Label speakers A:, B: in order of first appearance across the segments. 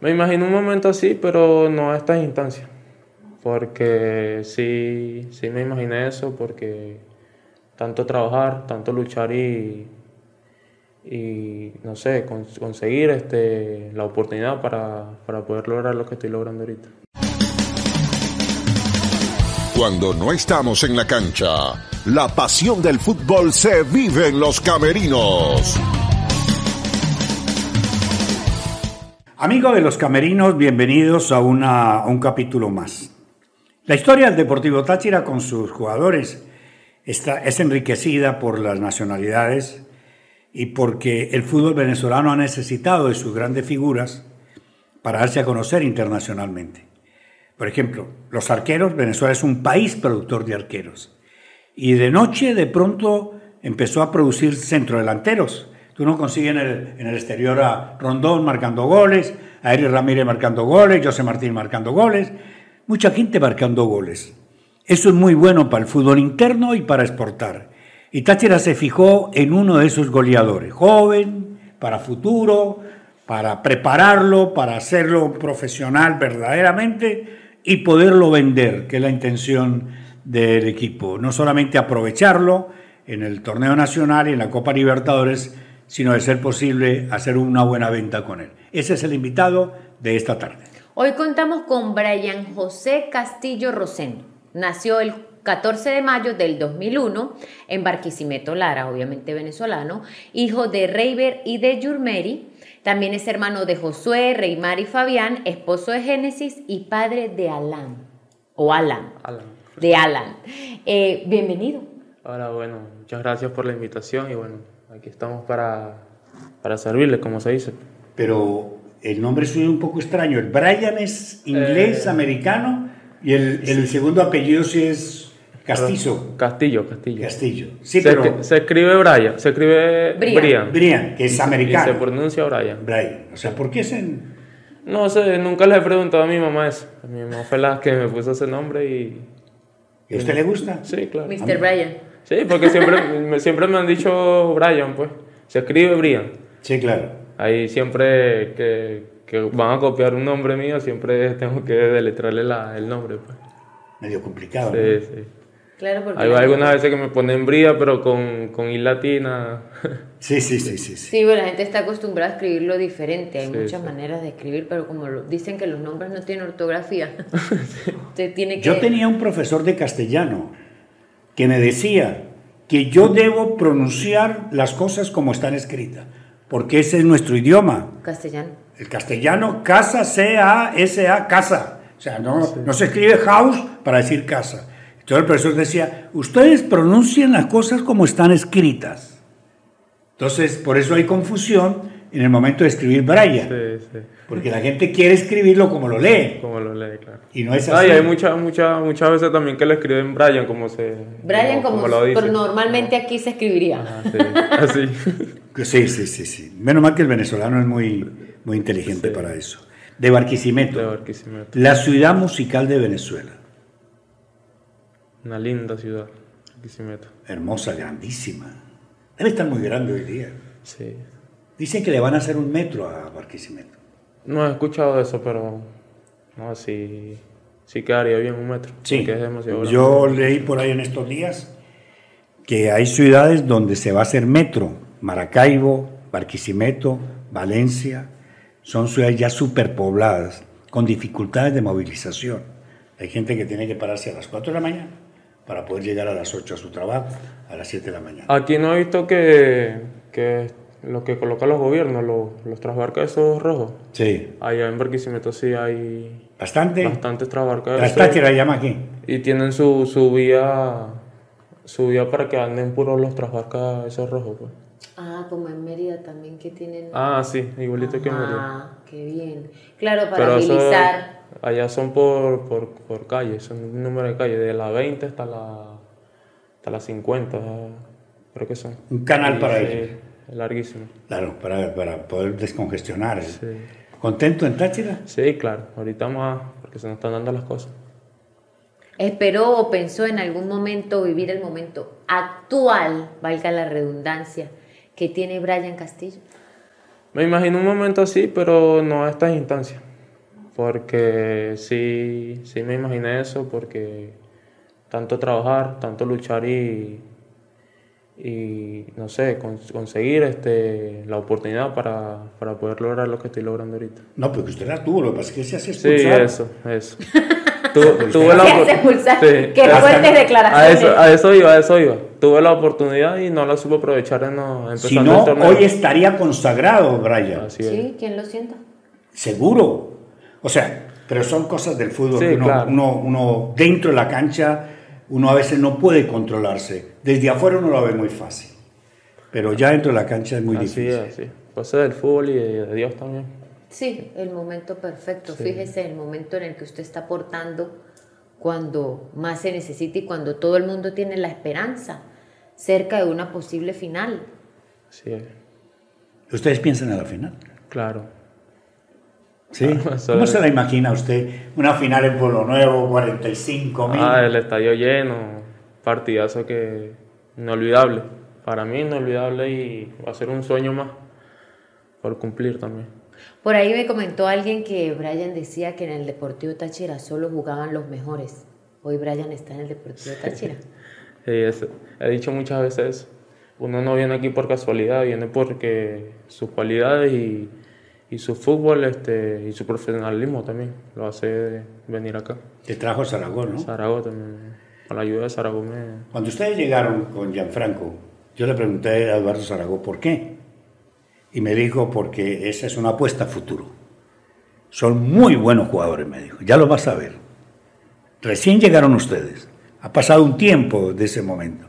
A: Me imagino un momento así, pero no a estas instancias. Porque sí, sí me imaginé eso, porque tanto trabajar, tanto luchar y, y no sé, con- conseguir este, la oportunidad para, para poder lograr lo que estoy logrando ahorita.
B: Cuando no estamos en la cancha, la pasión del fútbol se vive en los camerinos.
C: Amigos de los camerinos, bienvenidos a, una- a un capítulo más. La historia del Deportivo Táchira con sus jugadores está, es enriquecida por las nacionalidades y porque el fútbol venezolano ha necesitado de sus grandes figuras para darse a conocer internacionalmente. Por ejemplo, los arqueros, Venezuela es un país productor de arqueros. Y de noche, de pronto, empezó a producir centrodelanteros. Tú no consigues en el, en el exterior a Rondón marcando goles, a Eric Ramírez marcando goles, José Martín marcando goles, mucha gente marcando goles. Eso es muy bueno para el fútbol interno y para exportar. Y Táchira se fijó en uno de esos goleadores, joven, para futuro, para prepararlo, para hacerlo un profesional verdaderamente y poderlo vender, que es la intención del equipo. No solamente aprovecharlo en el torneo nacional y en la Copa Libertadores, sino de ser posible hacer una buena venta con él. Ese es el invitado de esta tarde.
D: Hoy contamos con Brian José Castillo Rosendo. Nació el 14 de mayo del 2001 en Barquisimeto Lara, obviamente venezolano, hijo de Reiber y de Yurmeri. También es hermano de Josué, Reymar y Fabián, esposo de Génesis y padre de Alán. O Alan.
A: Alan.
D: De Alan. Eh, bienvenido.
A: Ahora, bueno, muchas gracias por la invitación y bueno, aquí estamos para, para servirle, como se dice.
C: Pero el nombre suyo es un poco extraño. El Brian es inglés,
A: Eh,
C: americano, y el, el segundo apellido sí es castizo.
A: Castillo, Castillo.
C: Castillo. Sí,
A: se,
C: pero
A: escri- se escribe Brian, se escribe
D: Brian.
A: Brian.
C: Brian, que es
A: Y se
C: americano.
A: pronuncia Brian.
C: Brian. O sea, ¿por qué es en...?
A: No sé, nunca le he preguntado a mi mamá eso. Mi mamá fue la que me puso ese nombre y...
C: ¿A usted le gusta?
A: Sí, claro.
D: Mr. Brian.
A: Sí, porque siempre, me- siempre me han dicho Brian, pues. Se escribe Brian.
C: Sí, claro.
A: Ahí siempre que, que van a copiar un nombre mío, siempre tengo que deletrarle la- el nombre, pues.
C: Medio complicado. ¿no?
A: Sí, sí.
D: Claro, porque.
A: Hay algunas veces que me ponen Bria, pero con, con I latina.
C: Sí, sí, sí, sí. sí.
D: Sí, pero la gente está acostumbrada a escribirlo diferente. Hay
A: Sí,
D: muchas
A: sí.
D: maneras de escribir, pero como lo- dicen que los nombres no tienen ortografía, usted tiene que.
C: Yo tenía un profesor de castellano que me decía que yo debo pronunciar las cosas como están escritas, porque ese es nuestro idioma.
D: Castellano.
C: El castellano casa, C-A-S-A, casa. O sea, no, no se escribe house para decir casa. Entonces el profesor decía, ustedes pronuncian las cosas como están escritas. Entonces, por eso hay confusión en el momento de escribir Brian,
A: Sí, sí.
C: porque la gente quiere escribirlo como lo lee.
A: Como lo lee, claro.
C: Y no es
A: Ah,
C: así.
A: y hay muchas, muchas, muchas veces también que lo escriben Brian, como se.
D: Brian, como,
A: lo dice.
D: pero normalmente aquí se escribiría.
A: Ah, sí, así.
C: Sí, sí, sí, sí. Menos mal que el venezolano es muy, muy inteligente
A: Sí.
C: para eso. De Barquisimeto,
A: De Barquisimeto.
C: la ciudad musical de Venezuela.
A: Una linda ciudad, Barquisimeto.
C: Hermosa, grandísima. Debe estar muy grande hoy día.
A: Sí.
C: Dicen que le van a hacer un metro a Barquisimeto.
A: No he escuchado eso, pero. No, sí. Sí quedaría bien un metro.
C: Sí,
A: Porque es demasiado grande.
C: yo leí por ahí en estos días que hay ciudades donde se va a hacer metro. Maracaibo, Barquisimeto, Valencia, son ciudades ya superpobladas, con dificultades de movilización. Hay gente que tiene que pararse a las 4 de la mañana para poder llegar a las 8 a su trabajo, a las 7 de la mañana.
A: Aquí no he visto que. que lo que colocan los gobiernos, los, los trasbarcas esos rojos.
C: Sí,
A: Allá en Barquisimeto sí hay
C: bastante.
A: bastantes trasbarcas.
C: Las
A: esos.
C: Táchira llama aquí.
A: Y tienen su, su vía su vía para que anden puros los trasbarcas esos rojos, pues.
D: Ah, como en Mérida también que tienen.
A: Ah, sí, igualito que en Mérida.
D: Ah, qué bien. Claro, para
A: Pero eso,
D: agilizar.
A: allá son por, por, por calle, son un número de calles, de la 20 hasta la, hasta la 50, creo que son.
C: Un canal para
A: Sí,
C: ellos.
A: es larguísimo.
C: Claro, para, para poder descongestionar. ¿eh?
A: Sí.
C: ¿Contento en Táchira?
A: Sí, claro, ahorita más, porque se nos están dando las cosas.
D: Esperó o pensó en algún momento vivir el momento actual, valga la redundancia, que tiene Brian Castillo.
A: Me imagino un momento así, pero no a estas instancias. porque sí, sí me imaginé eso, porque tanto trabajar, tanto luchar y, y no sé, con- conseguir este, la oportunidad para, para poder lograr lo que estoy logrando ahorita.
C: No, porque usted la tuvo, lo que pasa es que se hace
A: Sí,
C: expulsar.
A: eso, eso. Tu- tuve la
D: Se
A: opor-
D: hace expulsar.
A: Sí,
D: Qué
A: eso.
C: hasta-
D: fuertes
A: a
D: declaraciones.
A: eso, a eso
C: eh.
A: iba, a eso iba. Tuve la oportunidad y no la supe aprovechar en no, empezando
C: Si no,
A: el torneo.
C: hoy estaría consagrado, Brian.
A: Así es.
D: Sí, ¿quién lo sienta?
C: Seguro. O sea, pero son cosas del fútbol.
A: Sí,
C: que uno,
A: claro.
C: uno- uno dentro de la cancha, uno a veces no puede controlarse. Desde afuera uno lo ve muy fácil. Pero ya dentro de la cancha es muy
A: Así
C: difícil.
A: es, sí. Pues es del fútbol y de, de Dios también.
D: Sí, el momento perfecto. Fíjese el momento en el que usted está aportando cuando más se necesita y cuando todo el mundo tiene la esperanza cerca de una posible final.
A: Así es,
C: ¿Ustedes piensan en la final?
A: claro.
C: ¿Sí?
A: Ah, eso
C: ¿Cómo
A: es.
C: se la imagina usted? Una final en Pueblo Nuevo, 45 mil.
A: Ah, el estadio lleno, partidazo que inolvidable. Para mí inolvidable y va a ser un sueño más por cumplir también.
D: Por ahí me comentó alguien que Brian decía que en el Deportivo Táchira solo jugaban los mejores. Hoy Brian está en el Deportivo Táchira.
A: Sí, eso. Eh, he dicho muchas veces eso. Uno no viene aquí por casualidad, viene porque sus cualidades y, y su fútbol este, y su profesionalismo también lo hace venir acá.
C: Te trajo a Zaragoza, ¿no?
A: Zaragoza también, con la ayuda de Zaragoza me-
C: Cuando ustedes llegaron con Gianfranco, yo le pregunté a Eduardo Zaragoza por qué. Y me dijo, porque esa es una apuesta a futuro. Son muy buenos jugadores, me dijo. Ya lo vas a ver. Recién llegaron ustedes. Ha pasado un tiempo de ese momento.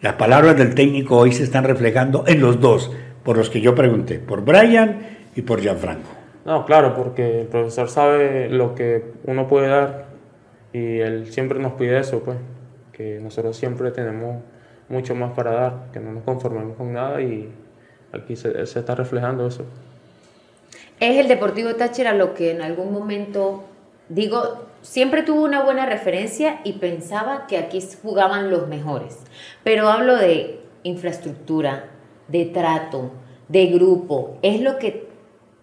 C: Las palabras del técnico hoy se están reflejando en los dos, por los que yo pregunté, por Brian y por Gianfranco.
A: No, claro, porque el profesor sabe lo que uno puede dar y él siempre nos pide eso, pues, que nosotros siempre tenemos mucho más para dar, que no nos conformemos con nada y aquí se, se está reflejando eso.
D: Es el Deportivo Táchira lo que en algún momento, digo, siempre tuvo una buena referencia y pensaba que aquí jugaban los mejores. Pero hablo de infraestructura, de trato, de grupo. Es lo que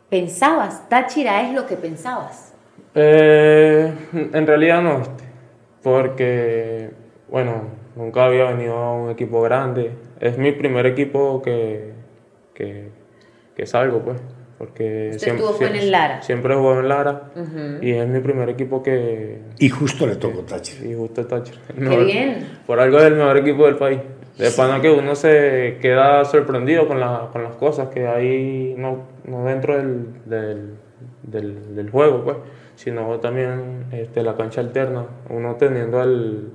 D: pensabas. Táchira es lo que pensabas.
A: Eh, en realidad no, este, porque, bueno, nunca había venido a un equipo grande. Es mi primer equipo que, que, que salgo, pues. Porque
D: Usted estuvo fue en el Lara.
A: Siempre he jugado en Lara. Y es mi primer equipo que.
C: Y justo le tocó Táchira.
A: Y justo Táchira.
D: ¡Qué bien!
A: Por algo es el mejor equipo del país. De pana que uno se queda sorprendido con, la- con las cosas que hay, no, no dentro del, del, del- del juego, pues, sino también este, la cancha alterna. Uno teniendo el,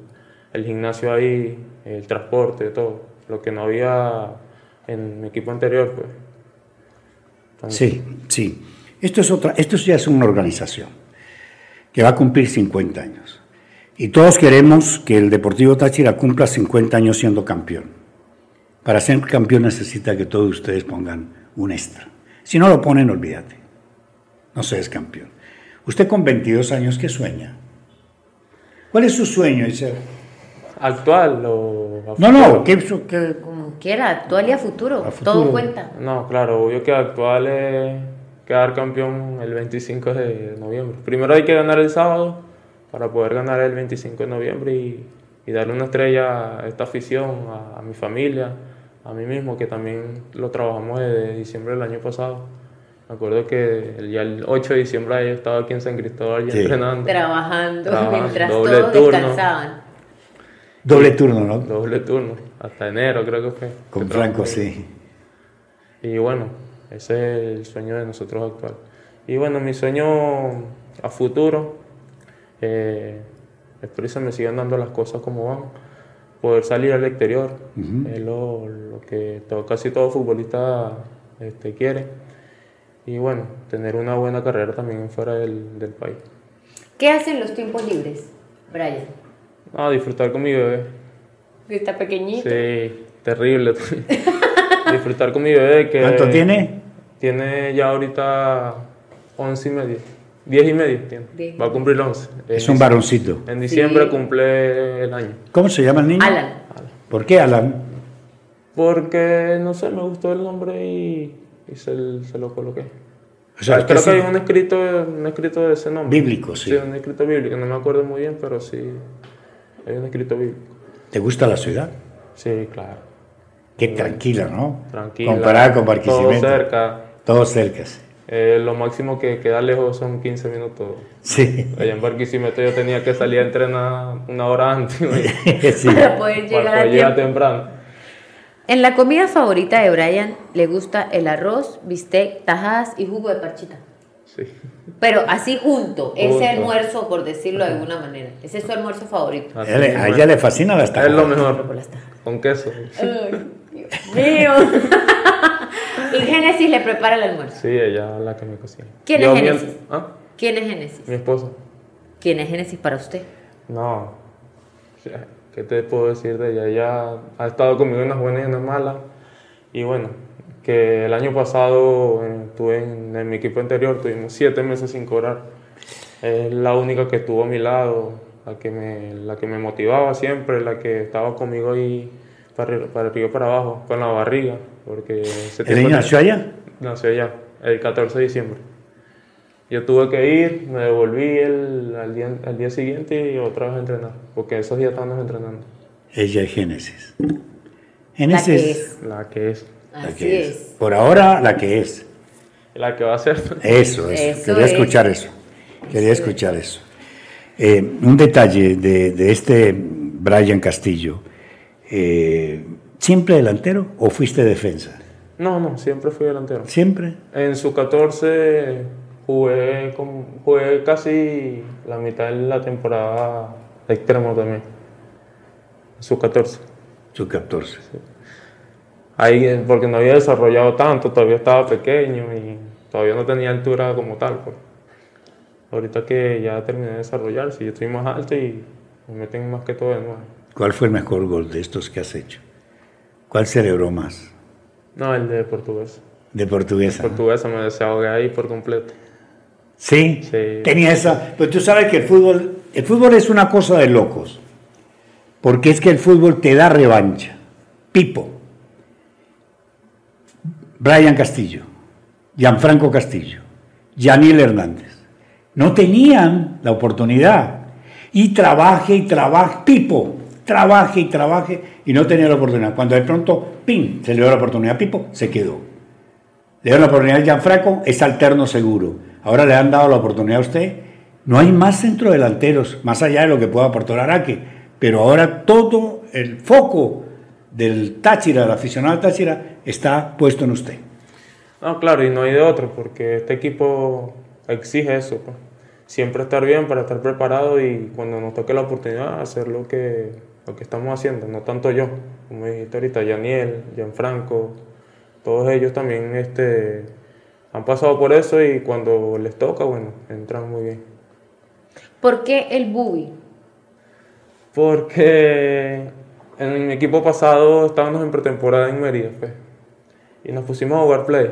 A: el gimnasio ahí, el transporte, todo. Lo que no había en mi equipo anterior, pues.
C: Sí, sí. Esto, es otra, esto ya es una organización que va a cumplir 50 años. Y todos queremos que el Deportivo Táchira cumpla 50 años siendo campeón. Para ser campeón necesita que todos ustedes pongan un extra. Si no lo ponen, olvídate. No se es campeón. Usted con 22 años, ¿qué sueña? ¿Cuál es su sueño? Dice,
A: Actual o...
C: No, no, ¿qué, su- qué-
D: Como quiera, actual y a futuro.
C: A futuro.
D: Todo cuenta.
A: No, claro, obvio que actual es quedar campeón el 25 de noviembre. Primero hay que ganar el sábado para poder ganar el 25 de noviembre y, y darle una estrella a esta afición, a, a mi familia, a mí mismo, que también lo trabajamos desde diciembre del año pasado. Me acuerdo que el, ya el 8 de diciembre yo estaba aquí en San Cristóbal ya
C: Sí.
A: entrenando.
D: Trabajando,
A: Trabajando,
D: mientras
A: doble
D: todos
A: turno.
D: descansaban.
C: Doble turno, ¿no?
A: Doble turno, hasta enero creo que fue.
C: Con
A: Que
C: Franco,
A: trabajé.
C: sí.
A: Y bueno, ese es el sueño de nosotros actual. Y bueno, mi sueño a futuro, eh, espero que se me sigan dando las cosas como van, poder salir al exterior, es lo, lo que todo- casi todo futbolista este, quiere. Y bueno, tener una buena carrera también fuera del, del país.
D: ¿Qué hacen los tiempos libres, Brian?
A: Ah, disfrutar con mi bebé.
D: Está pequeñito.
A: Sí, terrible. disfrutar con mi bebé que...
C: ¿Cuánto tiene?
A: Tiene ya ahorita 11 y medio. 10 y medio tiene.
D: Diez.
A: Va a cumplir 11. En
C: Es un
A: dic-
C: varoncito.
A: En diciembre
D: Sí.
A: cumple el año.
C: ¿Cómo se llama el niño?
D: Alan.
C: ¿Por qué Alan?
A: Porque, no sé, me gustó el nombre y, y se, se lo coloqué.
C: O sea,
A: creo Ah, que
C: usted
A: hay
C: sí-
A: un escrito, un escrito de ese nombre.
C: Bíblico, sí.
A: Sí, un escrito bíblico. No me acuerdo muy bien, pero sí. Hay un escrito bíblico.
C: ¿Te gusta la ciudad?
A: Sí, claro.
C: Qué tranquila, ¿no?
A: Mm, Tranquila.
C: Comparada con Barquisimeto.
A: Todo cerca.
C: Todos cercas.
A: Eh, lo máximo que queda lejos son 15 minutos.
C: Sí.
A: Allá en Barquisimeto yo tenía que salir a entrenar una hora antes. güey,
C: sí.
D: Para poder llegar
A: Para
D: a
A: poder llegar
D: tiempo.
A: temprano.
D: En la comida favorita de Brian le gusta el arroz, bistec, tajadas y jugo de parchita.
A: Sí.
D: Pero así junto, ese
A: Junto.
D: almuerzo, por decirlo de alguna manera. Ese es su almuerzo favorito.
A: Así
C: Él- a
A: mismo
C: ella
A: es.
C: le fascina las
A: Es lo
C: tajadas.
D: Por
A: mejor.
D: las tajadas.
A: Con queso.
D: Ay, Dios mío. y Génesis le prepara el almuerzo.
A: Sí, ella es la que me cocina.
D: ¿Quién es
A: Yo, mi-
D: Génesis?
A: ¿Ah?
D: ¿Quién es Génesis?
A: Mi esposa.
D: ¿Quién es Génesis para usted?
A: No. O sea, ¿Qué te puedo decir de ella? Ella ha estado conmigo en unas buenas y en unas malas. Y bueno, que el año pasado eh, tuve en, en mi equipo anterior, tuvimos siete meses sin cobrar. Es la única que estuvo a mi lado, la que me, la que me motivaba siempre, la que estaba conmigo ahí para, arri- para arriba y para abajo, con la barriga. Porque ese
C: ¿El
A: tiempo-
C: niño nació allá?
A: Nació allá, el 14 de diciembre. Yo tuve que ir, me devolví el, al, día, al día siguiente y otra vez a entrenar, porque esos días estábamos entrenando.
C: Ella es Génesis.
D: La que
C: Génesis.
D: es.
A: La que es,
C: La
D: Así
C: que
D: es.
C: es. Por ahora, la que es.
A: la que va a ser.
C: Eso, eso.
D: Eso
C: Quería
D: es.
C: escuchar eso. Quería escuchar eso. Eh, un detalle de, de este Brian Castillo. Eh, ¿Siempre delantero o fuiste defensa?
A: No, no, siempre fui delantero.
C: Siempre.
A: En su 14 jugué, como- jugué casi la mitad de la temporada de extremo también. En su 14.
C: Su 14.
A: Ahí, eh, porque no había desarrollado tanto, todavía estaba pequeño y todavía no tenía altura como tal. pues. Ahorita que ya terminé de desarrollarse, yo estoy más alto y me meten más que todo de nuevo.
C: ¿Cuál fue el mejor gol de estos que has hecho? ¿Cuál celebró más?
A: No, el de portugués.
C: De portuguesa. ¿no?
A: Portuguesa me desahogué ahí por completo.
C: ¿Sí?
A: Sí.
C: Tenía esa. Pero tú sabes que el fútbol, el fútbol es una cosa de locos. Porque es que el fútbol te da revancha. Pipo. Brian Castillo. Gianfranco Castillo. Yaniel Hernández. No tenían la oportunidad. Y trabaje y trabaje. Pipo. Trabaje y trabaje. Y no tenía la oportunidad. Cuando de pronto, ¡pim! Se le dio la oportunidad a Pipo, se quedó. Le dieron la oportunidad a Gianfranco, es alterno seguro. Ahora le han dado la oportunidad a usted. No hay más centrodelanteros, más allá de lo que pueda aportar Araque. Pero ahora todo el foco del Táchira, del aficionado al Táchira, está puesto en usted.
A: No, claro, y no hay de otro, porque este equipo exige eso. pues. Siempre estar bien para estar preparado y cuando nos toque la oportunidad hacer lo que, lo que estamos haciendo, no tanto yo, como dijiste ahorita, Yaniel, Gianfranco, todos ellos también este, han pasado por eso y cuando les toca, bueno, entran muy bien.
D: ¿Por qué el bubi?
A: Porque en mi equipo pasado estábamos en pretemporada en Mérida, pues, y nos pusimos a jugar play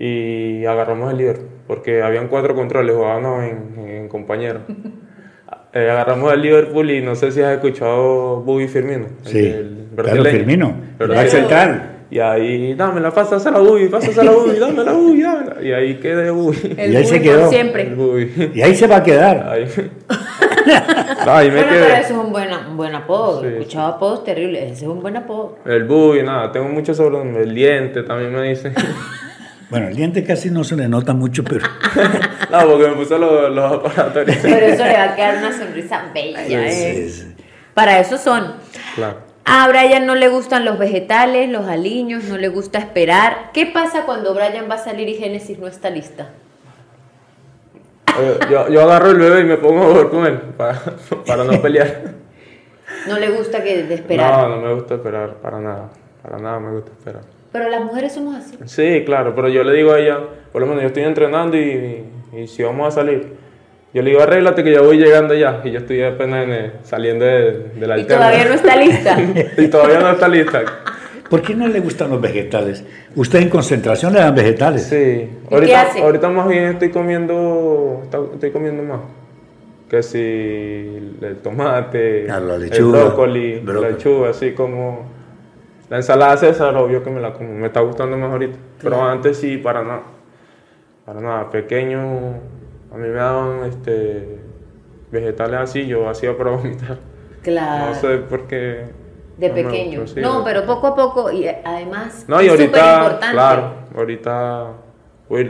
A: y agarramos el líder, porque habían cuatro controles, jugábamos en, en compañero. Eh, agarramos al Liverpool y no sé si has escuchado Bobby Firmino. el- el
C: claro,
A: brasileño.
C: Firmino. El back
A: Brasileño.
C: central.
A: Y ahí, dámela, pásasela a Bobby, pásasela a Bobby, dámela a Bobby, dámela. Y ahí quedé Bobby.
D: El
C: Y ahí
D: bubi
C: se quedó.
D: por
A: El
D: siempre.
A: Bobby.
C: Y ahí se va a quedar.
A: Ahí. Ahí me
D: Bueno, pero
A: quedé.
D: eso es un buen, un buen apodo.
A: Sí,
D: He escuchado apodos terribles. Ese es un buen apodo.
A: El bui, nada, tengo mucho sobre el diente, también me dicen.
C: Bueno, el diente casi no se le nota mucho, pero
A: Ah, no, porque me puso los, los aparatos. ahorita.
D: Pero eso le va a quedar una sonrisa bella. ¿eh?
C: es- es-
D: Para eso son.
A: Claro.
D: A Brian no le gustan los vegetales, los aliños, no le gusta esperar. ¿Qué pasa cuando Brian va a salir y Génesis no está lista?
A: Oye, Eh, Yo, yo agarro el bebé y me pongo a jugar con él para, para no pelear.
D: No le gusta que de esperar.
A: No, no me gusta esperar, para nada. Para nada me gusta esperar.
D: Pero las mujeres somos así.
A: Sí, claro, pero yo le digo a ella, por lo menos yo estoy entrenando y, y si vamos a salir, yo le digo, arréglate que ya voy llegando ya. Y yo estoy apenas en el- saliendo de, de la
D: Y todavía no está lista.
A: está. y todavía no está lista.
C: ¿Por qué no le gustan los vegetales? Usted en concentración le dan vegetales.
A: Sí,
D: qué
A: ahorita,
D: hace?
A: ahorita más bien estoy comiendo, está- estoy comiendo más. Que si el tomate,
C: Ah, la
A: el
C: lechuga,
A: brócoli,
C: brócoli.
A: la lechuga, así como la ensalada César, obvio que me la como, me está gustando más ahorita. Pero antes sí, para nada. para nada. Pequeño, a mí me daban este, vegetales así, yo hacía para vomitar.
D: Claro.
A: No sé por qué.
D: Ah. De
A: no me
D: pequeño.
A: gustó, sí,
D: no,
A: de-
D: pero poco a poco y eh, además
A: No, y
D: es súper
A: ahorita,
D: importante.
A: claro, ahorita, ahorita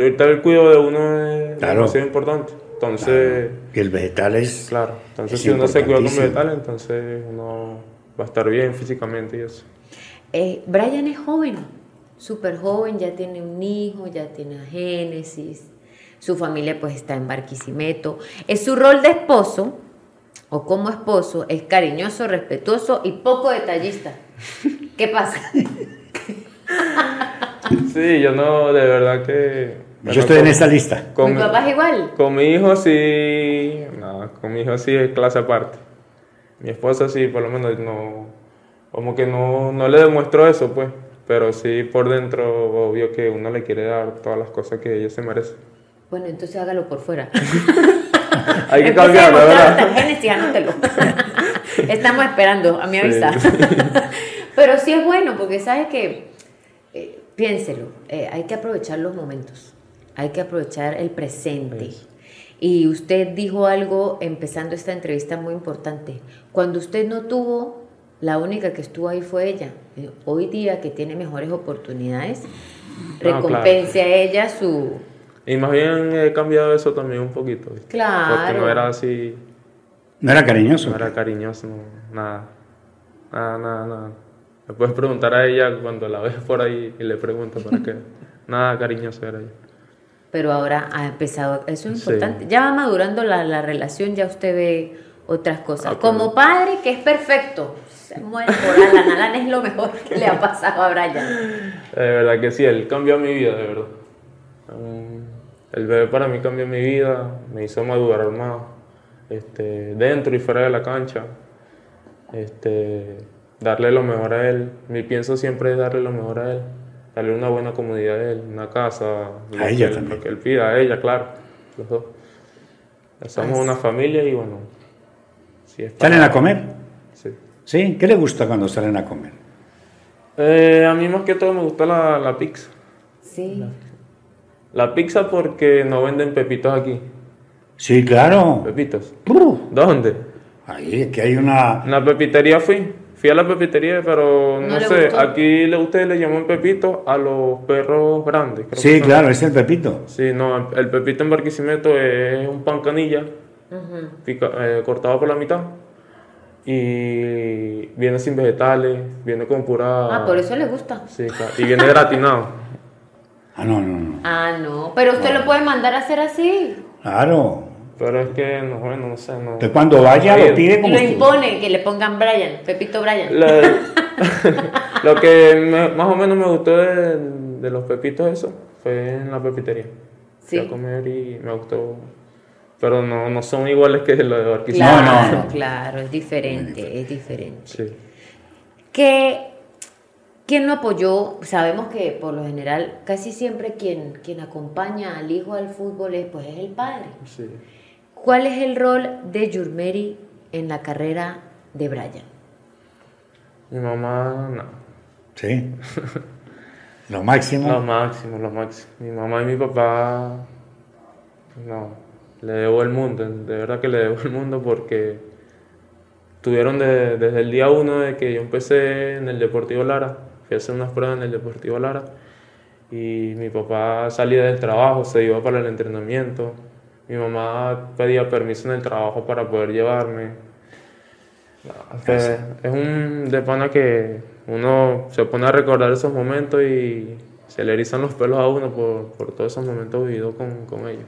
A: ahorita el cuidado de uno es
C: Claro.
A: demasiado importante. Entonces,
C: Y el vegetal es...
A: claro, entonces
C: Es
A: si uno se cuida con
C: importantísimo.
A: vegetales, entonces uno va a estar bien físicamente y eso.
D: Eh, Brian es joven, súper joven, ya tiene un hijo, ya tiene a Génesis, su familia pues está en Barquisimeto. Es su rol de esposo o como esposo, es cariñoso, respetuoso y poco detallista. ¿Qué pasa?
A: Sí, yo no, de verdad que... bueno,
C: Yo estoy en
A: con-
C: esta lista.
A: con-
D: Mi papá es igual.
A: Con mi hijo sí, no, con mi hijo sí es clase aparte. Mi esposa sí, por lo menos no, como que no, no le demuestro eso, pues. Pero sí por dentro, obvio que uno le quiere dar todas las cosas que ella se merece.
D: Bueno, entonces hágalo por fuera.
A: Hay que
D: Empieza a
A: cambiarlo,
D: demostrar
A: ¿verdad?
D: hasta Génesis, anótelo. Estamos esperando, a mi
A: Sí.
D: avisa. Pero sí es bueno, porque sabes que, eh, piénselo, eh, hay que aprovechar los momentos, hay que aprovechar el presente.
A: Pues.
D: Y usted dijo algo empezando esta entrevista muy importante. Cuando usted no tuvo, la única que estuvo ahí fue ella. Eh, Hoy día que tiene mejores oportunidades,
A: Ah, claro.
D: recompense a ella su...
A: Y más bien he cambiado eso también un poquito. ¿viste? Porque
D: Claro.
A: no era así,
C: No era cariñoso.
A: no era cariñoso, no, nada. Nada, nada, nada. Le puedes preguntar a ella cuando la ves por ahí y le preguntas para qué. Nada cariñoso era ella.
D: pero ahora ha empezado, eso es
A: Sí.
D: importante, ya va madurando la, la relación, ya usted ve otras cosas.
A: Ah, claro.
D: Como padre, que es perfecto, se muere por Alan, Alan es lo mejor que le ha pasado a Brian.
A: De verdad que sí, él cambió mi vida, de verdad. Um, el bebé para mí cambió mi vida, me hizo madurar más, este, dentro y fuera de la cancha. Este, darle lo mejor a él. Mi pienso siempre es darle lo mejor a él. Darle una buena comunidad a él, una casa. lo
C: ella
A: que él-
C: también.
A: Lo que él pida, a ella, claro. Los dos. Somos
D: Así.
A: una familia y bueno. Sí, es para-
C: ¿Salen a comer?
A: sí.
C: ¿Sí? ¿Qué le gusta cuando salen a comer?
A: Eh, a mí más que todo me gusta la, la pizza.
D: Sí,
A: La pizza porque no venden pepitos aquí.
C: Sí, claro.
A: ¿Pepitos?
C: Uh,
A: ¿Dónde?
C: Ahí, aquí hay una...
A: En la pepitería fui. Fui a la pepitería, pero
D: No
A: no,
D: le
A: sé.
D: gustó.
A: Aquí le, ustedes le llaman pepito a los perros grandes. creo que
C: Sí,
A: son.
C: claro, es el Pepito.
A: Sí, no, el pepito en Barquisimeto es un pan canilla pica- eh, cortado por la mitad. Y viene sin vegetales, viene con pura.
D: ah, por eso le gusta.
A: Sí, claro. Y viene gratinado.
C: Ah, no, no, no.
D: Ah, no, pero usted lo puede mandar a hacer así.
C: Claro.
A: Pero es que, no, bueno, no sé. No.
C: Usted cuando vaya lo pide como...
D: Lo
C: su-
D: impone que le pongan Brian, Pepito Brian.
A: La- lo que me- más o menos me gustó de, de los pepitos eso fue en la pepitería. Fui
D: Sí.
A: a comer y me gustó. Pero no, no son iguales que los de Barquisimeto.
D: Claro,
C: no, no.
D: claro, es diferente, es diferente.
A: Sí.
D: que quien lo apoyó, sabemos que por lo general casi siempre quien, quien acompaña al hijo al fútbol es, pues, es el padre.
A: sí.
D: ¿Cuál es el rol de Yurmeri en la carrera de Brian?
A: Mi mamá, no.
C: Sí. Lo máximo.
A: Lo máximo, lo máximo. Mi mamá y mi papá, no, le debo el mundo, de verdad que le debo el mundo porque tuvieron de- desde el día uno de que yo empecé en el Deportivo Lara, fui a hacer unas pruebas en el Deportivo Lara y mi papá salía del trabajo, se iba para el entrenamiento, mi mamá pedía permiso en el trabajo para poder llevarme, o sea, Eh, es un de pana que uno se pone a recordar esos momentos y se le erizan los pelos a uno por, por todos esos momentos vividos con, con ellos.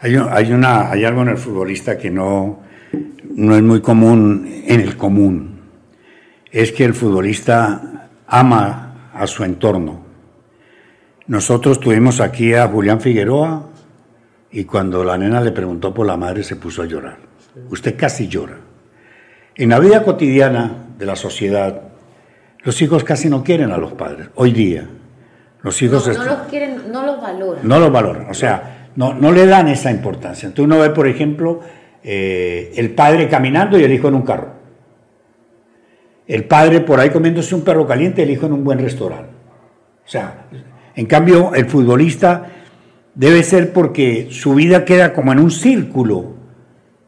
C: Hay, un- hay una, hay algo en el futbolista que no, no es muy común en el común. Es que el futbolista ama a su entorno. Nosotros tuvimos aquí a Julián Figueroa y cuando la nena le preguntó por la madre se puso a llorar. Usted casi llora. En la vida cotidiana de la sociedad, los hijos casi no quieren a los padres. Hoy día, los
D: No,
C: hijos...
D: no
C: están-
D: los quieren, no los valoran.
C: no lo valoran, o sea, no, no le dan esa importancia. Entonces uno ve, por ejemplo, eh, el padre caminando y el hijo en un carro. El padre por ahí comiéndose un perro caliente y el hijo en un buen restaurante. O sea, en cambio, el futbolista debe ser porque su vida queda como en un círculo,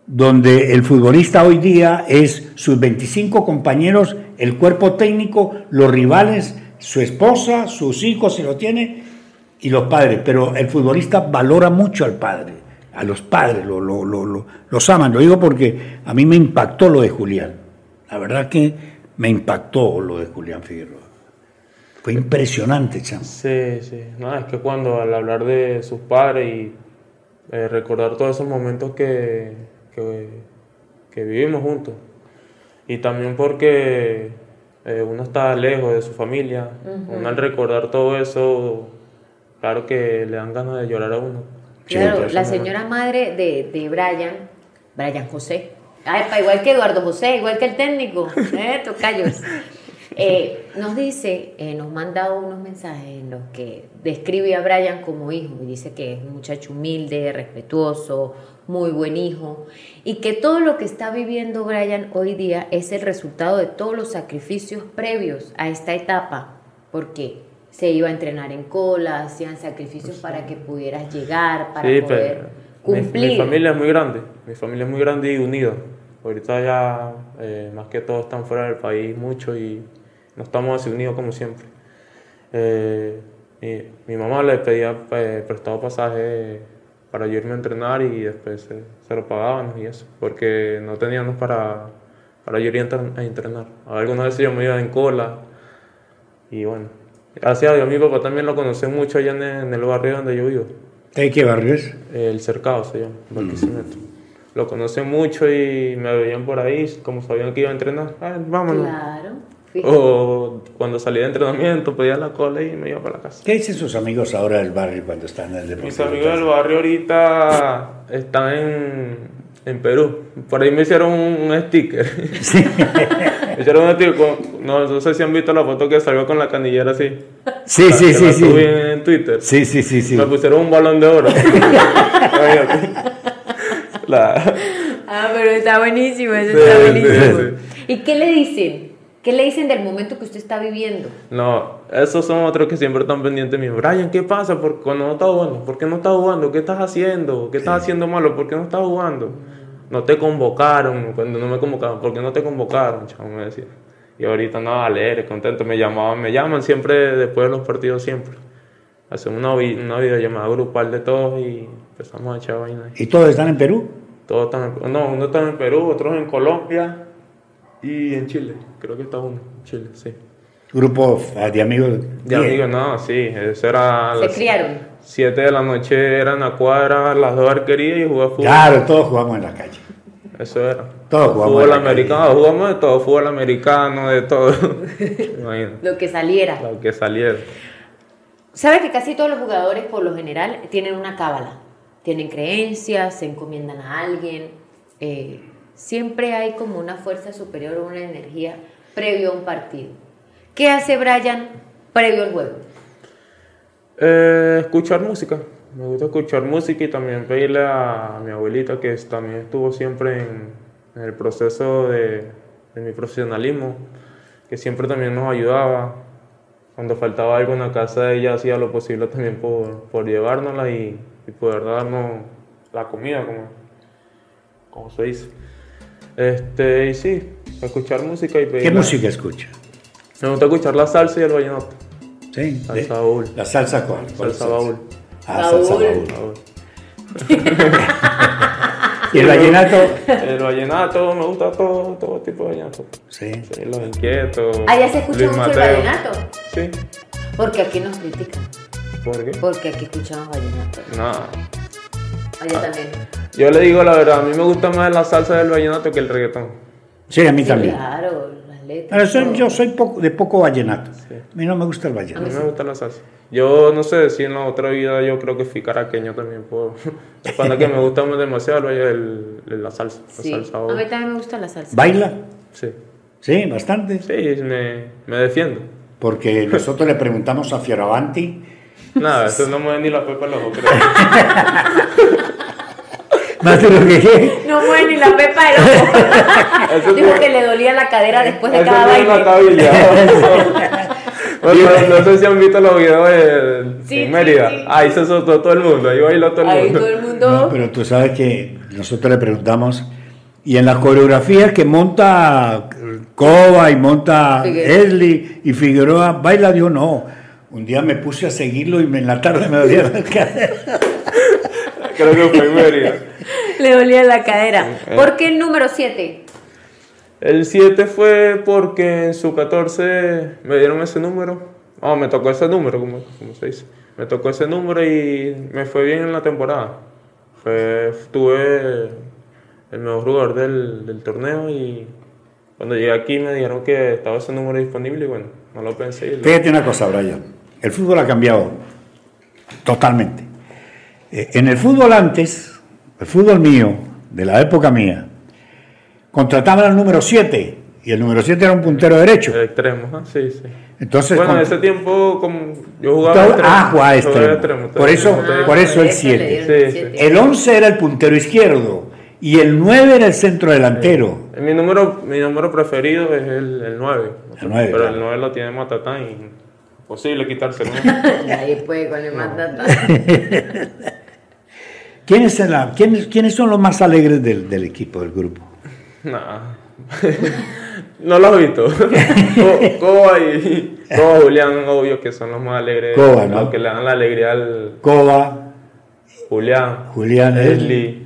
C: donde el futbolista hoy día es sus 25 compañeros, el cuerpo técnico, los rivales, su esposa, sus hijos, si lo tiene, y los padres. Pero el futbolista valora mucho al padre, a los padres, lo, lo- lo- lo- los aman. Lo digo porque a mí me impactó lo de Julián. La verdad que me impactó lo de Julián Figueroa. Fue impresionante, chamo.
A: Sí, sí. Nada, es que cuando al hablar de sus padres y eh, recordar todos esos momentos que, que, que vivimos juntos. Y también porque eh, uno está lejos de su familia. Uno al recordar todo eso, claro que le dan ganas de llorar a uno.
C: Sí,
D: Claro,
C: entonces,
D: la
C: no.
D: señora madre de, de Brian, Brian José, Ah, pa, igual que Eduardo José, igual que el técnico, eh, tocayos. Eh, nos dice, eh, nos manda unos mensajes en los que describe a Brian como hijo y dice que es un muchacho humilde, respetuoso, muy buen hijo y que todo lo que está viviendo Brian hoy día es el resultado de todos los sacrificios previos a esta etapa, porque se iba a entrenar en cola, hacían sacrificios para que pudieras llegar, para
A: Sí,
D: poder
A: pero mi-
D: cumplir.
A: Mi, familia es muy grande, mi familia es muy grande y unida. Ahorita ya, eh, más que todo, están fuera del país mucho y no estamos así unidos como siempre. Eh, mi, mi mamá le pedía eh, prestado pasaje para yo irme a entrenar y después se, se lo pagaban y eso, porque no teníamos para, para yo ir a entren- a entrenar. Algunas veces yo me iba en cola y bueno. Gracias a Dios, mi papá también lo conocí mucho allá en el- en el barrio donde yo vivo.
C: ¿De qué barrio es?
A: El cercado se llama,
C: Mm.
A: Barquisimeto. Lo conocen mucho y me veían por ahí, como sabían que iba a entrenar, "Ah, vámonos.
D: Claro. fíjate.
A: Oh. O cuando salí de entrenamiento pedía la cola y me iba para la casa.
C: ¿Qué dicen sus amigos ahora del barrio cuando están en el
A: Mis
C: deportivo?
A: amigos del barrio ahorita están en, en Perú. Por ahí me hicieron un, un sticker. me hicieron un sticker. con- no, no sé si han visto la foto que salió con la canillera así.
C: Sí,
A: La-
C: sí,
A: que
C: sí,
A: la
C: sí.
A: subí en Twitter.
C: Sí, sí, sí, sí.
A: Me pusieron un balón de oro. Imagínate. la,
D: Ah, pero está buenísimo, eso
A: Sí,
D: está
A: sí,
D: buenísimo.
A: sí.
D: ¿Y qué le dicen? ¿Qué le dicen del momento que usted está viviendo?
A: No, esos son otros que siempre están pendientes míos. Brian, ¿qué pasa? ¿Por, cuando no estás jugando? ¿Por qué no estás jugando? ¿Qué estás haciendo? ¿Qué estás haciendo malo? ¿Por qué no estás jugando? No te convocaron, cuando no me convocaron, ¿por qué no te convocaron? Chavo, me decía. Y ahorita no, vale, eres contento, me llamaban, me llaman siempre después de los partidos, siempre. Hacemos una, vi- una videollamada grupal de todos y empezamos a echar vaina. ahí.
C: ¿Y todos están en Perú?
A: Todos están en- no, uno está en Perú, otros en Colombia y en Chile, creo que está uno, Chile, sí.
C: Grupo ah, de amigos.
A: Ya
C: Bien.
A: digo, no, sí, eso era a
D: Se
A: las
D: criaron.
A: 7 de la noche, eran la cuadra, las dos arquerías y jugaba fútbol.
C: Claro, todos jugamos en la calle.
A: Eso era.
C: Todos jugamos en
A: Fútbol
C: la calle.
A: americano, jugamos de todo, fútbol americano, de todo. Imagínate,
D: Lo que saliera.
A: lo que saliera.
D: ¿Sabe que casi todos los jugadores, por lo general, tienen una cábala? Tienen creencias, se encomiendan a alguien. eh, siempre hay como una fuerza superior o una energía previo a un partido. ¿Qué hace Brian previo al juego?
A: Eh, escuchar música. Me gusta escuchar música y también pedirle a mi abuelita, que es- también estuvo siempre en, en el proceso de, de mi profesionalismo, que siempre también nos ayudaba. Cuando faltaba algo en la casa, ella hacía lo posible también por, por llevárnosla y, y poder darnos la comida, como, como se dice. Este, y sí, escuchar música y pedir.
C: ¿Qué música escucha?
A: Me gusta escuchar la salsa y el vallenato.
C: Sí.
A: Salsa
C: de-
A: baúl.
C: ¿La salsa cuál? ¿Cuál
A: Salsa
C: salsa?
A: baúl.
C: Ah, salsa
D: Baúl.
C: baúl.
A: Ahora.
C: ¿Y el vallenato?
A: El vallenato, me gusta todo, todo tipo de vallenato.
C: Sí.
A: Sí, los inquietos.
D: Allá Ah, se escucha
A: Luis
D: mucho
A: Mateo.
D: el vallenato.
A: Sí.
D: Porque aquí nos critican.
A: ¿Por qué?
D: Porque aquí escuchamos vallenato.
A: Nada.
D: Allá Ah, también.
A: Yo le digo la verdad, a mí me gusta más la salsa del vallenato que el reggaetón.
C: Sí, a mí
D: Sí,
C: también.
D: Claro, las letras.
C: Pero soy-
D: todo.
C: yo soy poco, de poco vallenato. A mí no me gusta el
A: A mí
C: vallenato.
A: me gusta la salsa. Yo no sé si en la otra vida yo creo que fui caraqueño también. Por... Es cuando que me gusta más demasiado el, el- la salsa. La
D: Sí.
A: salsa
D: A mí también me gusta la salsa.
C: ¿Baila?
A: Sí.
C: Sí, bastante.
A: Sí, me, me defiendo.
C: Porque nosotros le preguntamos a Fioravanti.
A: Nada, eso no me da ni la pepa en los ojos, creo.
C: Más de lo que
D: No mueve ni la pepa del ojo.
A: Eso
D: Dijo
A: fue-
D: que le dolía la cadera después de
A: Eso
D: cada
A: fue una
D: baile.
A: cabilla. Bueno, no sé si han visto los videos en,
D: Sí,
A: en
D: sí,
A: Mérida.
D: sí.
A: Ahí se soltó todo el mundo, ahí bailó todo el
D: Ahí
A: mundo.
D: todo el mundo.
C: No, pero tú sabes que nosotros le preguntamos, y en las coreografías que monta Coba y monta
D: Figueroa.
C: Esli y Figueroa, baila yo no. Un día me puse a seguirlo y me- en la tarde me dolía la cara.
A: Creo que fue en Mérida.
D: Le dolía la cadera.
A: eh.
D: ¿Por qué el número 7?
A: El 7 fue porque en su 14 me dieron ese número. Ah, me tocó ese número, como, como se dice. Me tocó ese número y me fue bien en la temporada. Fue, tuve el mejor jugador del, del torneo y cuando llegué aquí me dijeron que estaba ese número disponible y bueno, no lo pensé. y lo-
C: Fíjate una cosa, Brian. El fútbol ha cambiado totalmente. Eh, En el fútbol antes, el fútbol mío, de la época mía, contrataban al número 7 y el número 7 era un puntero derecho.
A: El extremo, ajá, sí, sí.
C: Entonces,
A: Bueno, en
C: con-
A: ese tiempo como yo jugaba
C: Todo-
A: extremo,
C: ah, jugaba
A: yo
C: extremo. Por eso-
D: Ah,
A: entonces-
C: por eso el siete.
A: Sí, sí.
C: El 11 era el puntero izquierdo y el 9 era el centro delantero.
A: Mi número, mi número preferido es el, el 9.
C: El nueve,
A: pero
C: claro.
A: el 9 lo tiene Matatán y imposible quitárselo.
D: Nadie puede con el mandato.
C: ¿Quiénes, en la- quiénes- quiénes son los más alegres del, del equipo, del grupo?
A: Nah. no lo he visto. Co- Coba y Coba Julián, obvio que son los más alegres.
C: Coba, ¿no?
A: Los que le dan la alegría al
C: Coba,
A: Julián.
C: Julián,
A: Leslie.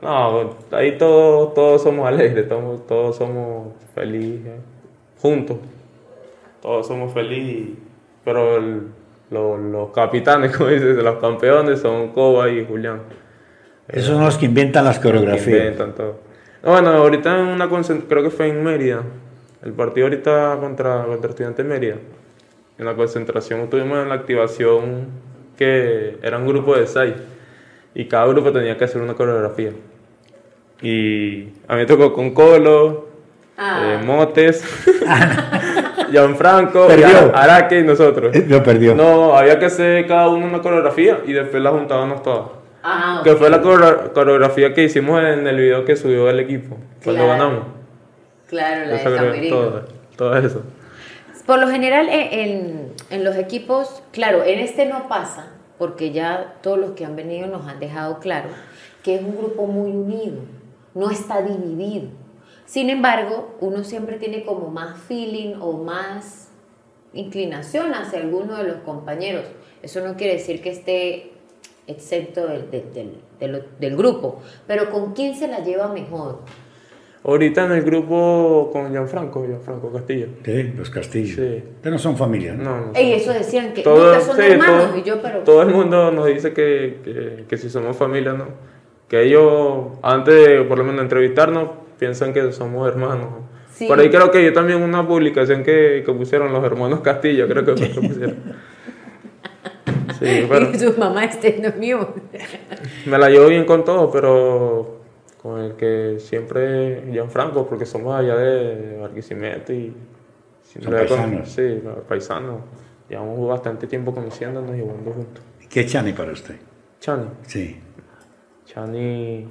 A: No, ahí todos, todos somos alegres, todos, todos somos felices, juntos. Todos somos felices, pero el- lo- los capitanes, como dices, los campeones son Coba y Julián.
C: esos son los que inventan las
A: que
C: coreografías.
A: inventan todo. No, bueno, ahorita en una concent- creo que fue en Mérida, el partido ahorita contra, contra Estudiantes de Mérida. En la concentración estuvimos en la activación que era un grupo de seis y cada grupo tenía que hacer una coreografía. Y a mí me tocó con Colo, eh, Motes, Gianfranco, y
C: Perdió.
A: Ara- Araque y nosotros.
C: Eh, Lo perdió.
A: No, había que hacer cada uno una coreografía y después la juntábamos todas.
D: Ah,
A: Que fue la coreo- coreografía que hicimos en el video que subió el equipo cuando
D: Claro,
A: ganamos.
D: claro, la
A: Esa
D: del
A: coreo-
D: camerino.
A: todo, todo eso.
D: Por lo general, en, en- en los equipos, claro, en este no pasa, porque ya todos los que han venido nos han dejado claro que es un grupo muy unido, no está dividido. Sin embargo, uno siempre tiene como más feeling o más inclinación hacia alguno de los compañeros. Eso no quiere decir que esté exento del, del- del- de lo- del grupo, pero con quién se la lleva mejor.
A: Ahorita en el grupo con Gianfranco, Gianfranco Castillo.
C: Sí, los Castillo.
A: Sí.
C: Pero no son familia. ¿no?
A: No, no.
D: Y eso decían que
A: Todo,
D: nunca son
A: sí,
D: hermanos,
A: todo-
D: y yo, pero.
A: todo el mundo nos dice que, que- que si somos familia, no. Que ellos, antes de por lo menos entrevistarnos, piensan que somos hermanos.
D: Sí.
A: Por ahí creo que yo también una publicación que, que pusieron los hermanos Castillo, creo que fue que pusieron. Sí, pero-
D: Y su mamá este no es mío.
A: Me la llevo bien con todos, pero con el que siempre Gianfranco, porque somos allá de Barquisimeto y siempre
C: Son
A: he con-
C: paisanos.
A: Sí, paisanos. Llevamos bastante tiempo conociéndonos y jugando juntos.
C: ¿Qué Chani para usted?
A: Chani,
C: Sí.
A: Chani,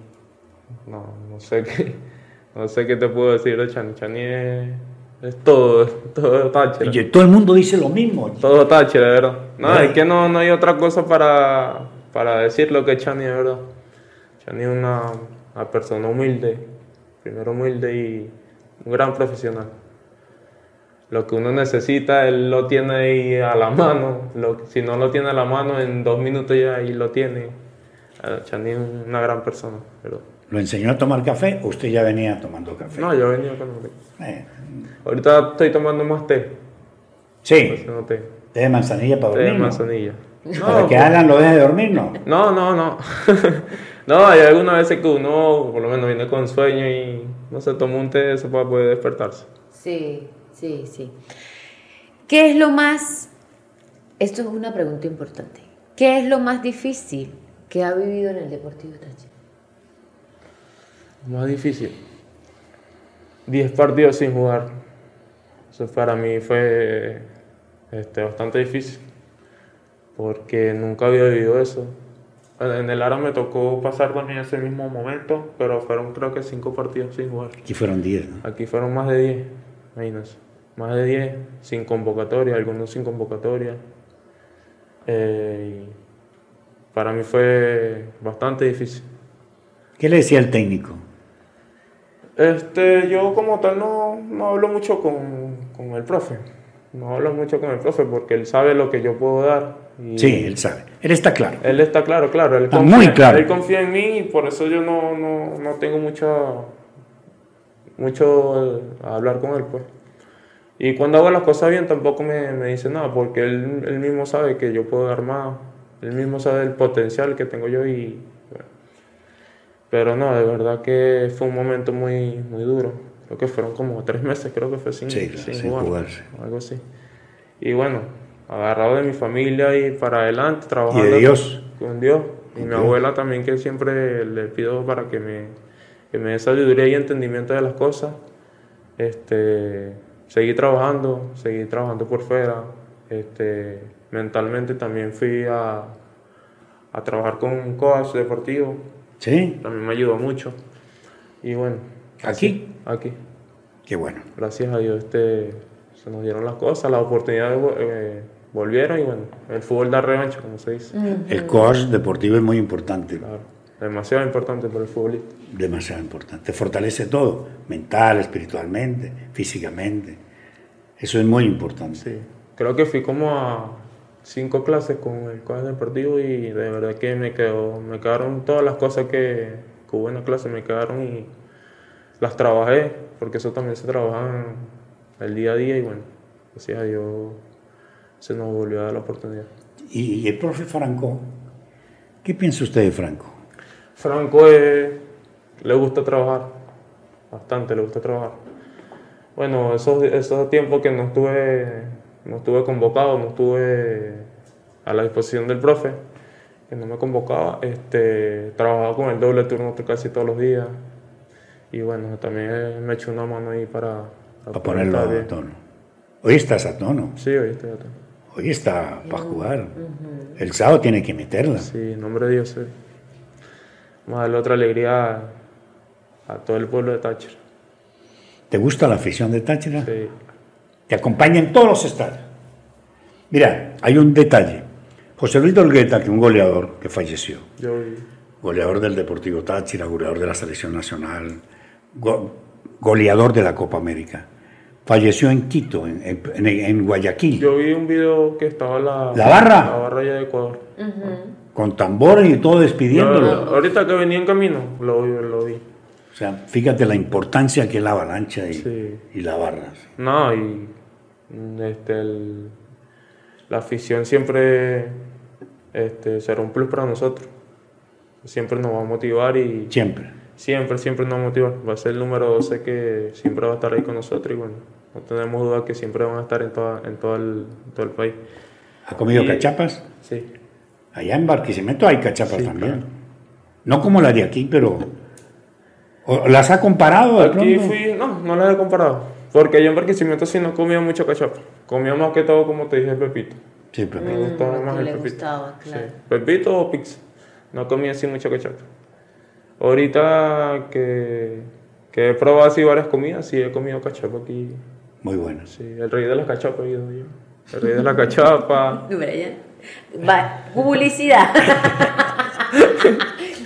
A: no, no sé qué, no sé qué te puedo decir de Chani. Chani es, es todo, es todo Táchira.
C: Oye, todo el mundo dice lo mismo.
A: Todo Táchira, de verdad. No,
C: Ay.
A: es que no, no hay otra cosa para, para decir lo que es Chani, de verdad. Chani es una, una persona humilde, primero humilde y un gran profesional. Lo que uno necesita, él lo tiene ahí a la mano. Lo- si no lo tiene a la mano, en dos minutos ya ahí lo tiene. Eh, Chani es una gran persona, pero...
C: ¿Lo enseñó a tomar café o usted ya venía tomando café?
A: No, yo he venido con él.
C: Eh,
A: Ahorita estoy tomando más té,
C: sí,
A: no té,
C: té de manzanilla para
A: té de
C: dormir. ¿no?
A: manzanilla.
C: Para
A: No,
C: que Alan lo deje de dormir, ¿no?
A: No, no, no. no, hay algunas veces que uno, por lo menos, viene con sueño y no se toma un té de eso para poder despertarse.
D: Sí, sí, sí. ¿Qué es lo más, esto es una pregunta importante, ¿qué es lo más difícil que ha vivido en el Deportivo Táchira?
A: Más difícil. 10 partidos sin jugar. Eso para mí fue este, bastante difícil. Porque nunca había vivido eso. En en el ARA me tocó pasar también ese mismo momento, pero fueron creo que 5 partidos sin jugar.
C: Aquí fueron 10, ¿no?
A: Aquí fueron más de 10, imagínense. más de 10, sin convocatoria, algunos sin convocatoria. Eh, y para mí fue bastante difícil.
C: ¿Qué le decía el técnico?
A: Este, yo como tal no, no hablo mucho con, con el profe. No hablo mucho con el profe porque él sabe lo que yo puedo dar. y-
C: Sí, él sabe. Él está claro.
A: Él está claro, claro. Él
C: Está muy claro.
A: Él confía en mí y por eso yo no, no, no tengo mucho, mucho eh, a hablar con él, pues. Y cuando hago las cosas bien tampoco me, me dice nada, porque él, él mismo sabe que yo puedo dar más, él mismo sabe el potencial que tengo yo y... bueno. Pero no, de verdad que fue un momento muy, muy duro. Creo que fueron como tres meses, creo que fue sin,
C: Sí, claro, sin jugarse.
A: Algo así. Y bueno, agarrado de mi familia y para adelante, trabajando
C: Dios.
A: con Dios. Y mi abuela también, que siempre le pido para que me, que me dé sabiduría y entendimiento de las cosas. Este, seguí trabajando, seguí trabajando por fuera. Este, mentalmente también fui a, a trabajar con un coach deportivo,
C: ¿Sí?
A: también me ayudó mucho. Y bueno,
C: ¿Aquí?
A: aquí,
C: Qué bueno.
A: gracias a Dios, este, se nos dieron las cosas, las oportunidades eh, volvieron y bueno, el fútbol da revancha, como se dice.
C: El coach deportivo es muy importante.
A: Claro, demasiado importante para el futbolista.
C: demasiado importante. Te fortalece todo, mental, espiritualmente, físicamente. Eso es muy importante.
A: Sí. Creo que fui como a cinco clases con el coach deportivo y de verdad que me quedó, me quedaron todas las cosas que, que hubo en la clase, me quedaron y las trabajé, porque eso también se trabaja en el día a día y bueno, gracias a Dios se nos volvió a dar la oportunidad.
C: Y, y el profe Franco, ¿qué piensa usted de Franco?
A: Franco eh, le gusta trabajar, bastante le gusta trabajar. Bueno, esos, esos tiempos que no estuve, no estuve convocado, no estuve a la disposición del profe, que no me convocaba, este, trabajaba con el doble turno casi todos los días. Y bueno, también me echó una mano ahí para,
C: Para ponerlo
A: estar bien.
C: a tono. Hoy estás a tono,
A: Sí, hoy estoy atento.
C: hoy está para jugar. El sábado tiene que meterla.
A: Sí, en nombre de Dios. sí. Vamos a darle otra alegría a, a todo el pueblo de Táchira.
C: ¿Te gusta la afición de Táchira?
A: Sí.
C: Te acompaña en todos los estadios. Mira, hay un detalle. José Luis Dolgueta, que un goleador que falleció,
A: Yo vi.
C: goleador del Deportivo Táchira, goleador de la Selección Nacional, go- goleador de la Copa América. Falleció en Quito, en, en- en Guayaquil,
A: Yo vi un video que estaba la,
C: ¿La barra?
A: La barra allá de Ecuador.
D: Ah.
C: con tambores y todo despidiéndolo.
A: Yo- ahorita que venía en camino, lo, vi- lo vi.
C: O sea, fíjate la importancia que es la avalancha y,
A: Sí.
C: y la barra. sí.
A: No, y mm, este, el- la afición siempre este, será un plus para nosotros. Siempre nos va a motivar y
C: Siempre.
A: siempre, siempre nos va a motivar. Va a ser el número 12 que siempre va a estar ahí con nosotros y bueno, no tenemos duda que siempre van a estar en, toda, en todo, el, en todo el país.
C: ¿Ha comido
A: Y-
C: cachapas?
A: Sí.
C: Allá en Barquisimeto hay cachapas
A: Sí,
C: también.
A: claro.
C: No como la de aquí, pero... ¿o- ¿Las ha comparado? de
A: Aquí
C: pronto?
A: fui, no, no las he comparado. Porque yo en Barquisimeto sí no comía mucho cachapa. Comía más que todo, como te dije, pepito.
C: Sí, pero-
A: Me gustaba
D: Mm, lo
A: más
D: que
A: el
D: le
A: pepito.
D: gustaba, claro.
A: Pepito o pizza. No comía así mucho cachapa. Ahorita que, que he probado así varias comidas, sí he comido cachapa aquí.
C: Muy buenas.
A: Sí, el rey de las cachapas he ido yo. El rey de la cachapa.
D: Brian. Va, publicidad.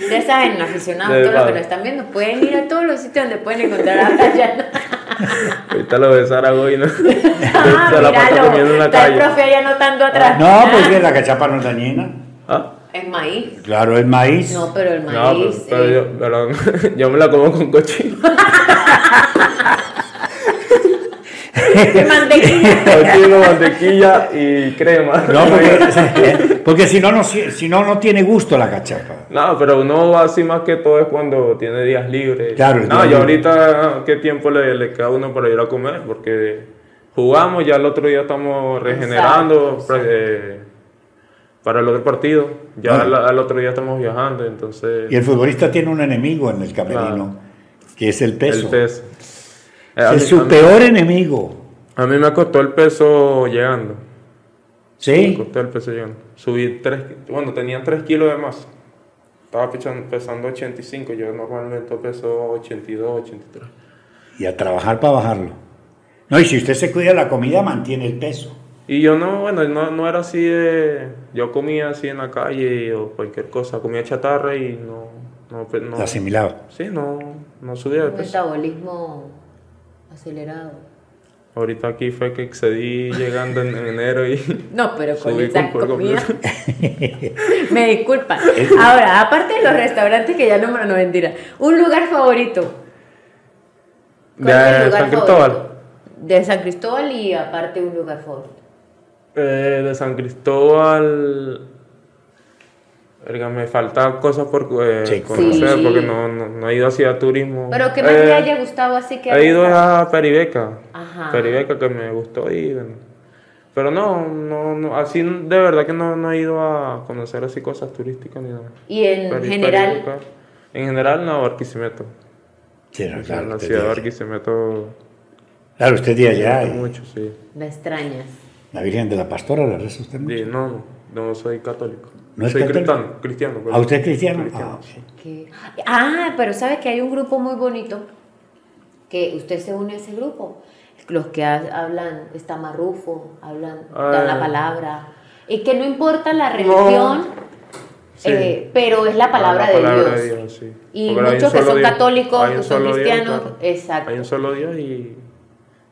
D: ya saben, aficionados,
A: De
D: todos los
A: verdad.
D: que nos están viendo, pueden ir a todos los sitios donde pueden encontrar a Brian.
A: Ahorita lo de Zaragoza, ¿no?
D: Ah,
A: Se la pasa comiendo en
D: míralo.
A: la
D: Está el
A: calle.
D: profe ahí anotando atrás.
C: Ah, No, porque la cachapa no es dañina.
A: ¿Ah?
D: Es maíz.
C: Claro, es maíz.
D: No, pero el
A: No, pero,
D: maíz.
A: pero
D: eh,
A: yo, pero yo me la como con cochino.
D: de mantequilla.
A: Cochino, mantequilla y crema.
C: No, porque, porque si no, no, si si no, no tiene gusto la cachapa.
A: No, pero uno va así más que todo es cuando tiene días libres.
C: Claro, el
A: No,
C: día
A: y
C: libre.
A: ahorita qué tiempo le, le queda a uno para ir a comer, porque jugamos, ya el otro día estamos regenerando
D: Exacto,
A: pre- eh, para el otro partido, ya
C: Bueno.
A: al, al otro día estamos viajando, entonces
C: Ah. Y el futbolista tiene un enemigo en el camerino, que es el peso.
A: el peso. Eh, a, mí,
C: Es su
A: a mí-
C: peor enemigo.
A: a mí me costó el peso llegando, me
C: ¿Sí?
A: costó el peso llegando. Subí 3, bueno, tenía 3 kilos de más. Estaba pechando- pesando 85, yo normalmente peso 82, 83.
C: Y a trabajar para bajarlo. No, y si usted se cuida la comida, mantiene el peso.
A: Y yo no, bueno, no, no era así de... Yo comía así en la calle o cualquier cosa, comía chatarra y no... no, pues, no
C: La asimilaba.
A: sí, no, no subía pues. de
D: Un
A: peso.
D: metabolismo acelerado.
A: Ahorita aquí fue que excedí llegando en, en enero y...
D: No, pero con
A: subí
D: esa
A: por
D: comida.
A: completo.
D: Me disculpan. Ahora, aparte de los restaurantes que ya no, no mentira. Un lugar favorito. ¿Cuál es el
A: De
D: lugar
A: San Cristóbal.
D: favorito? De San Cristóbal y aparte un lugar favorito.
A: Eh, de San Cristóbal. Verga, me falta cosas por eh,
C: Sí.
A: conocer
D: Sí.
A: porque no, no, no he ido hacia turismo.
D: Pero que más
A: Eh,
D: le haya gustado así que...
A: He ido a Peribeca.
D: Ajá.
A: Peribeca que me gustó y. bueno, Pero no, no, no, así de verdad que no, no he ido a conocer así cosas turísticas ni nada.
D: Y en
A: Peri-
D: general...
A: Peribeca. En general, no, Barquisimeto.
C: Sí, no,
A: En
C: claro,
A: la
C: usted
A: ciudad de
C: de allá.
A: Barquisimeto.
C: Claro, usted de allá. y
A: Mucho, sí.
D: La extrañas.
C: La Virgen de la Pastora, la reza usted mucho.
A: Sí, no, no, no soy católico.
C: ¿No es
A: soy
C: católico?
A: cristiano, cristiano.
C: ¿A
A: perdón.
C: usted es cristiano?
A: Cristiano.
C: Ah, ok.
D: Que- Ah, pero sabes que hay un grupo muy bonito que usted se une a ese grupo. Los que ha- hablan, está Marrufo, hablan, dan la
A: Ah.
D: palabra. Y que no importa la religión,
A: Sí. Ah,
D: eh, pero es la palabra,
A: La palabra
D: de Dios.
A: sí.
D: Y
A: Porque hay
D: muchos
A: un
D: que
A: solo
D: son
A: Dios.
D: católicos,
A: Hay un
D: que son
A: solo Dios,
D: cristianos,
A: claro.
D: exacto.
A: Hay un solo Dios y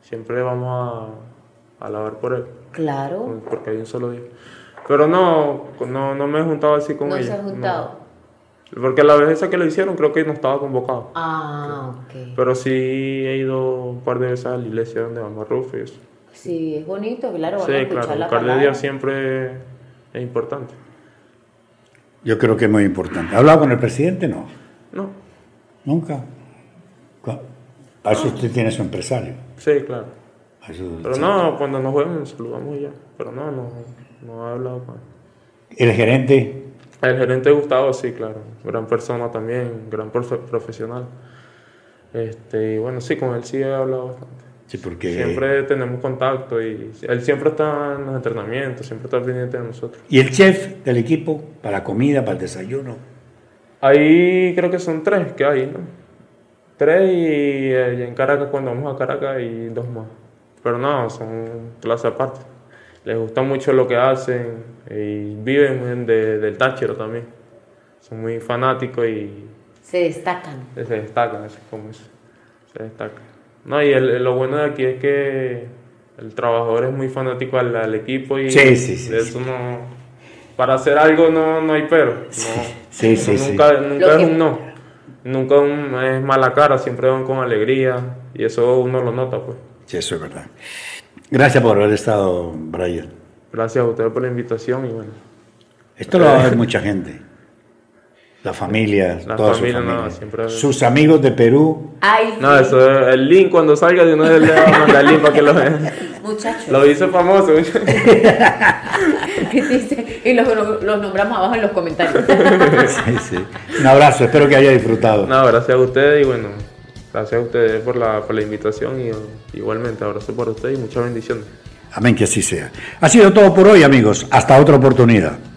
A: siempre vamos a, a alabar por él,
D: Claro,
A: porque hay un solo Dios. Pero no, no, no me he juntado así con
D: no
A: ellos.
D: se ha
A: no.
D: juntado.
A: Porque la vez esa que lo hicieron creo que no estaba convocado.
D: Ah, ok.
A: Pero sí he ido un par de veces a la iglesia donde vamos a Rufo y eso.
D: Sí, es bonito, claro, van
A: Sí,
D: a escuchar
A: claro,
D: la
A: buscar de
D: palabra.
A: Dios siempre es importante.
C: Yo creo que es muy importante. ¿Ha hablado con el presidente? No,
A: No,
C: nunca. Cu- Para eso usted tiene su empresario.
A: sí, claro.
C: Para eso
A: Pero
C: usted-
A: no, cuando nos vemos nos saludamos y ya. Pero no, no, no he hablado con él.
C: El gerente,
A: El gerente Gustavo, sí, claro. Gran persona también, gran profe- profesional. Este, y bueno, sí, con él sí he hablado bastante.
C: sí, porque...
A: Siempre tenemos contacto y él siempre está en los entrenamientos, siempre está pendiente de nosotros.
C: Y el chef del equipo, para la comida, para el desayuno.
A: Ahí creo que son tres que hay, ¿no? Tres y, eh, y en Caracas, cuando vamos a Caracas, hay dos más. Pero no, son clase aparte. Les gusta mucho lo que hacen y viven de- del Táchira también. Son muy fanáticos y
D: Se destacan.
A: se destacan, así como es. Se destacan. No, y el- lo bueno de aquí es que el trabajador es muy fanático al, al equipo y
C: Sí, sí, sí,
A: de
C: sí.
A: eso no. Para hacer algo no, no hay pero. No.
C: sí, sí, sí.
A: nunca nunca
D: Lo
A: es
D: que-
A: un no. Nunca un- es mala cara, siempre van con alegría y eso uno lo nota, pues.
C: Sí, eso es verdad. Gracias por haber estado, Brian.
A: Gracias a ustedes por la invitación y bueno,
C: Esto lo va a ver mucha gente. La familia,
A: La
C: toda
A: familia,
C: su familia.
A: no, siempre-
C: Sus amigos de Perú.
D: Ay,
A: No,
D: sí.
A: eso, el link cuando salga de una vez le va a mandar el link para que lo vean.
D: muchachos.
A: Lo hice famoso.
D: Y dice- y los, los nombramos abajo en los comentarios.
C: Sí, sí. Un abrazo, espero que haya disfrutado.
A: No, gracias a ustedes y bueno, gracias a ustedes por la, por la invitación y eh, igualmente abrazo para ustedes y muchas bendiciones.
C: Amén, que así sea. Ha sido todo por hoy, amigos. Hasta otra oportunidad.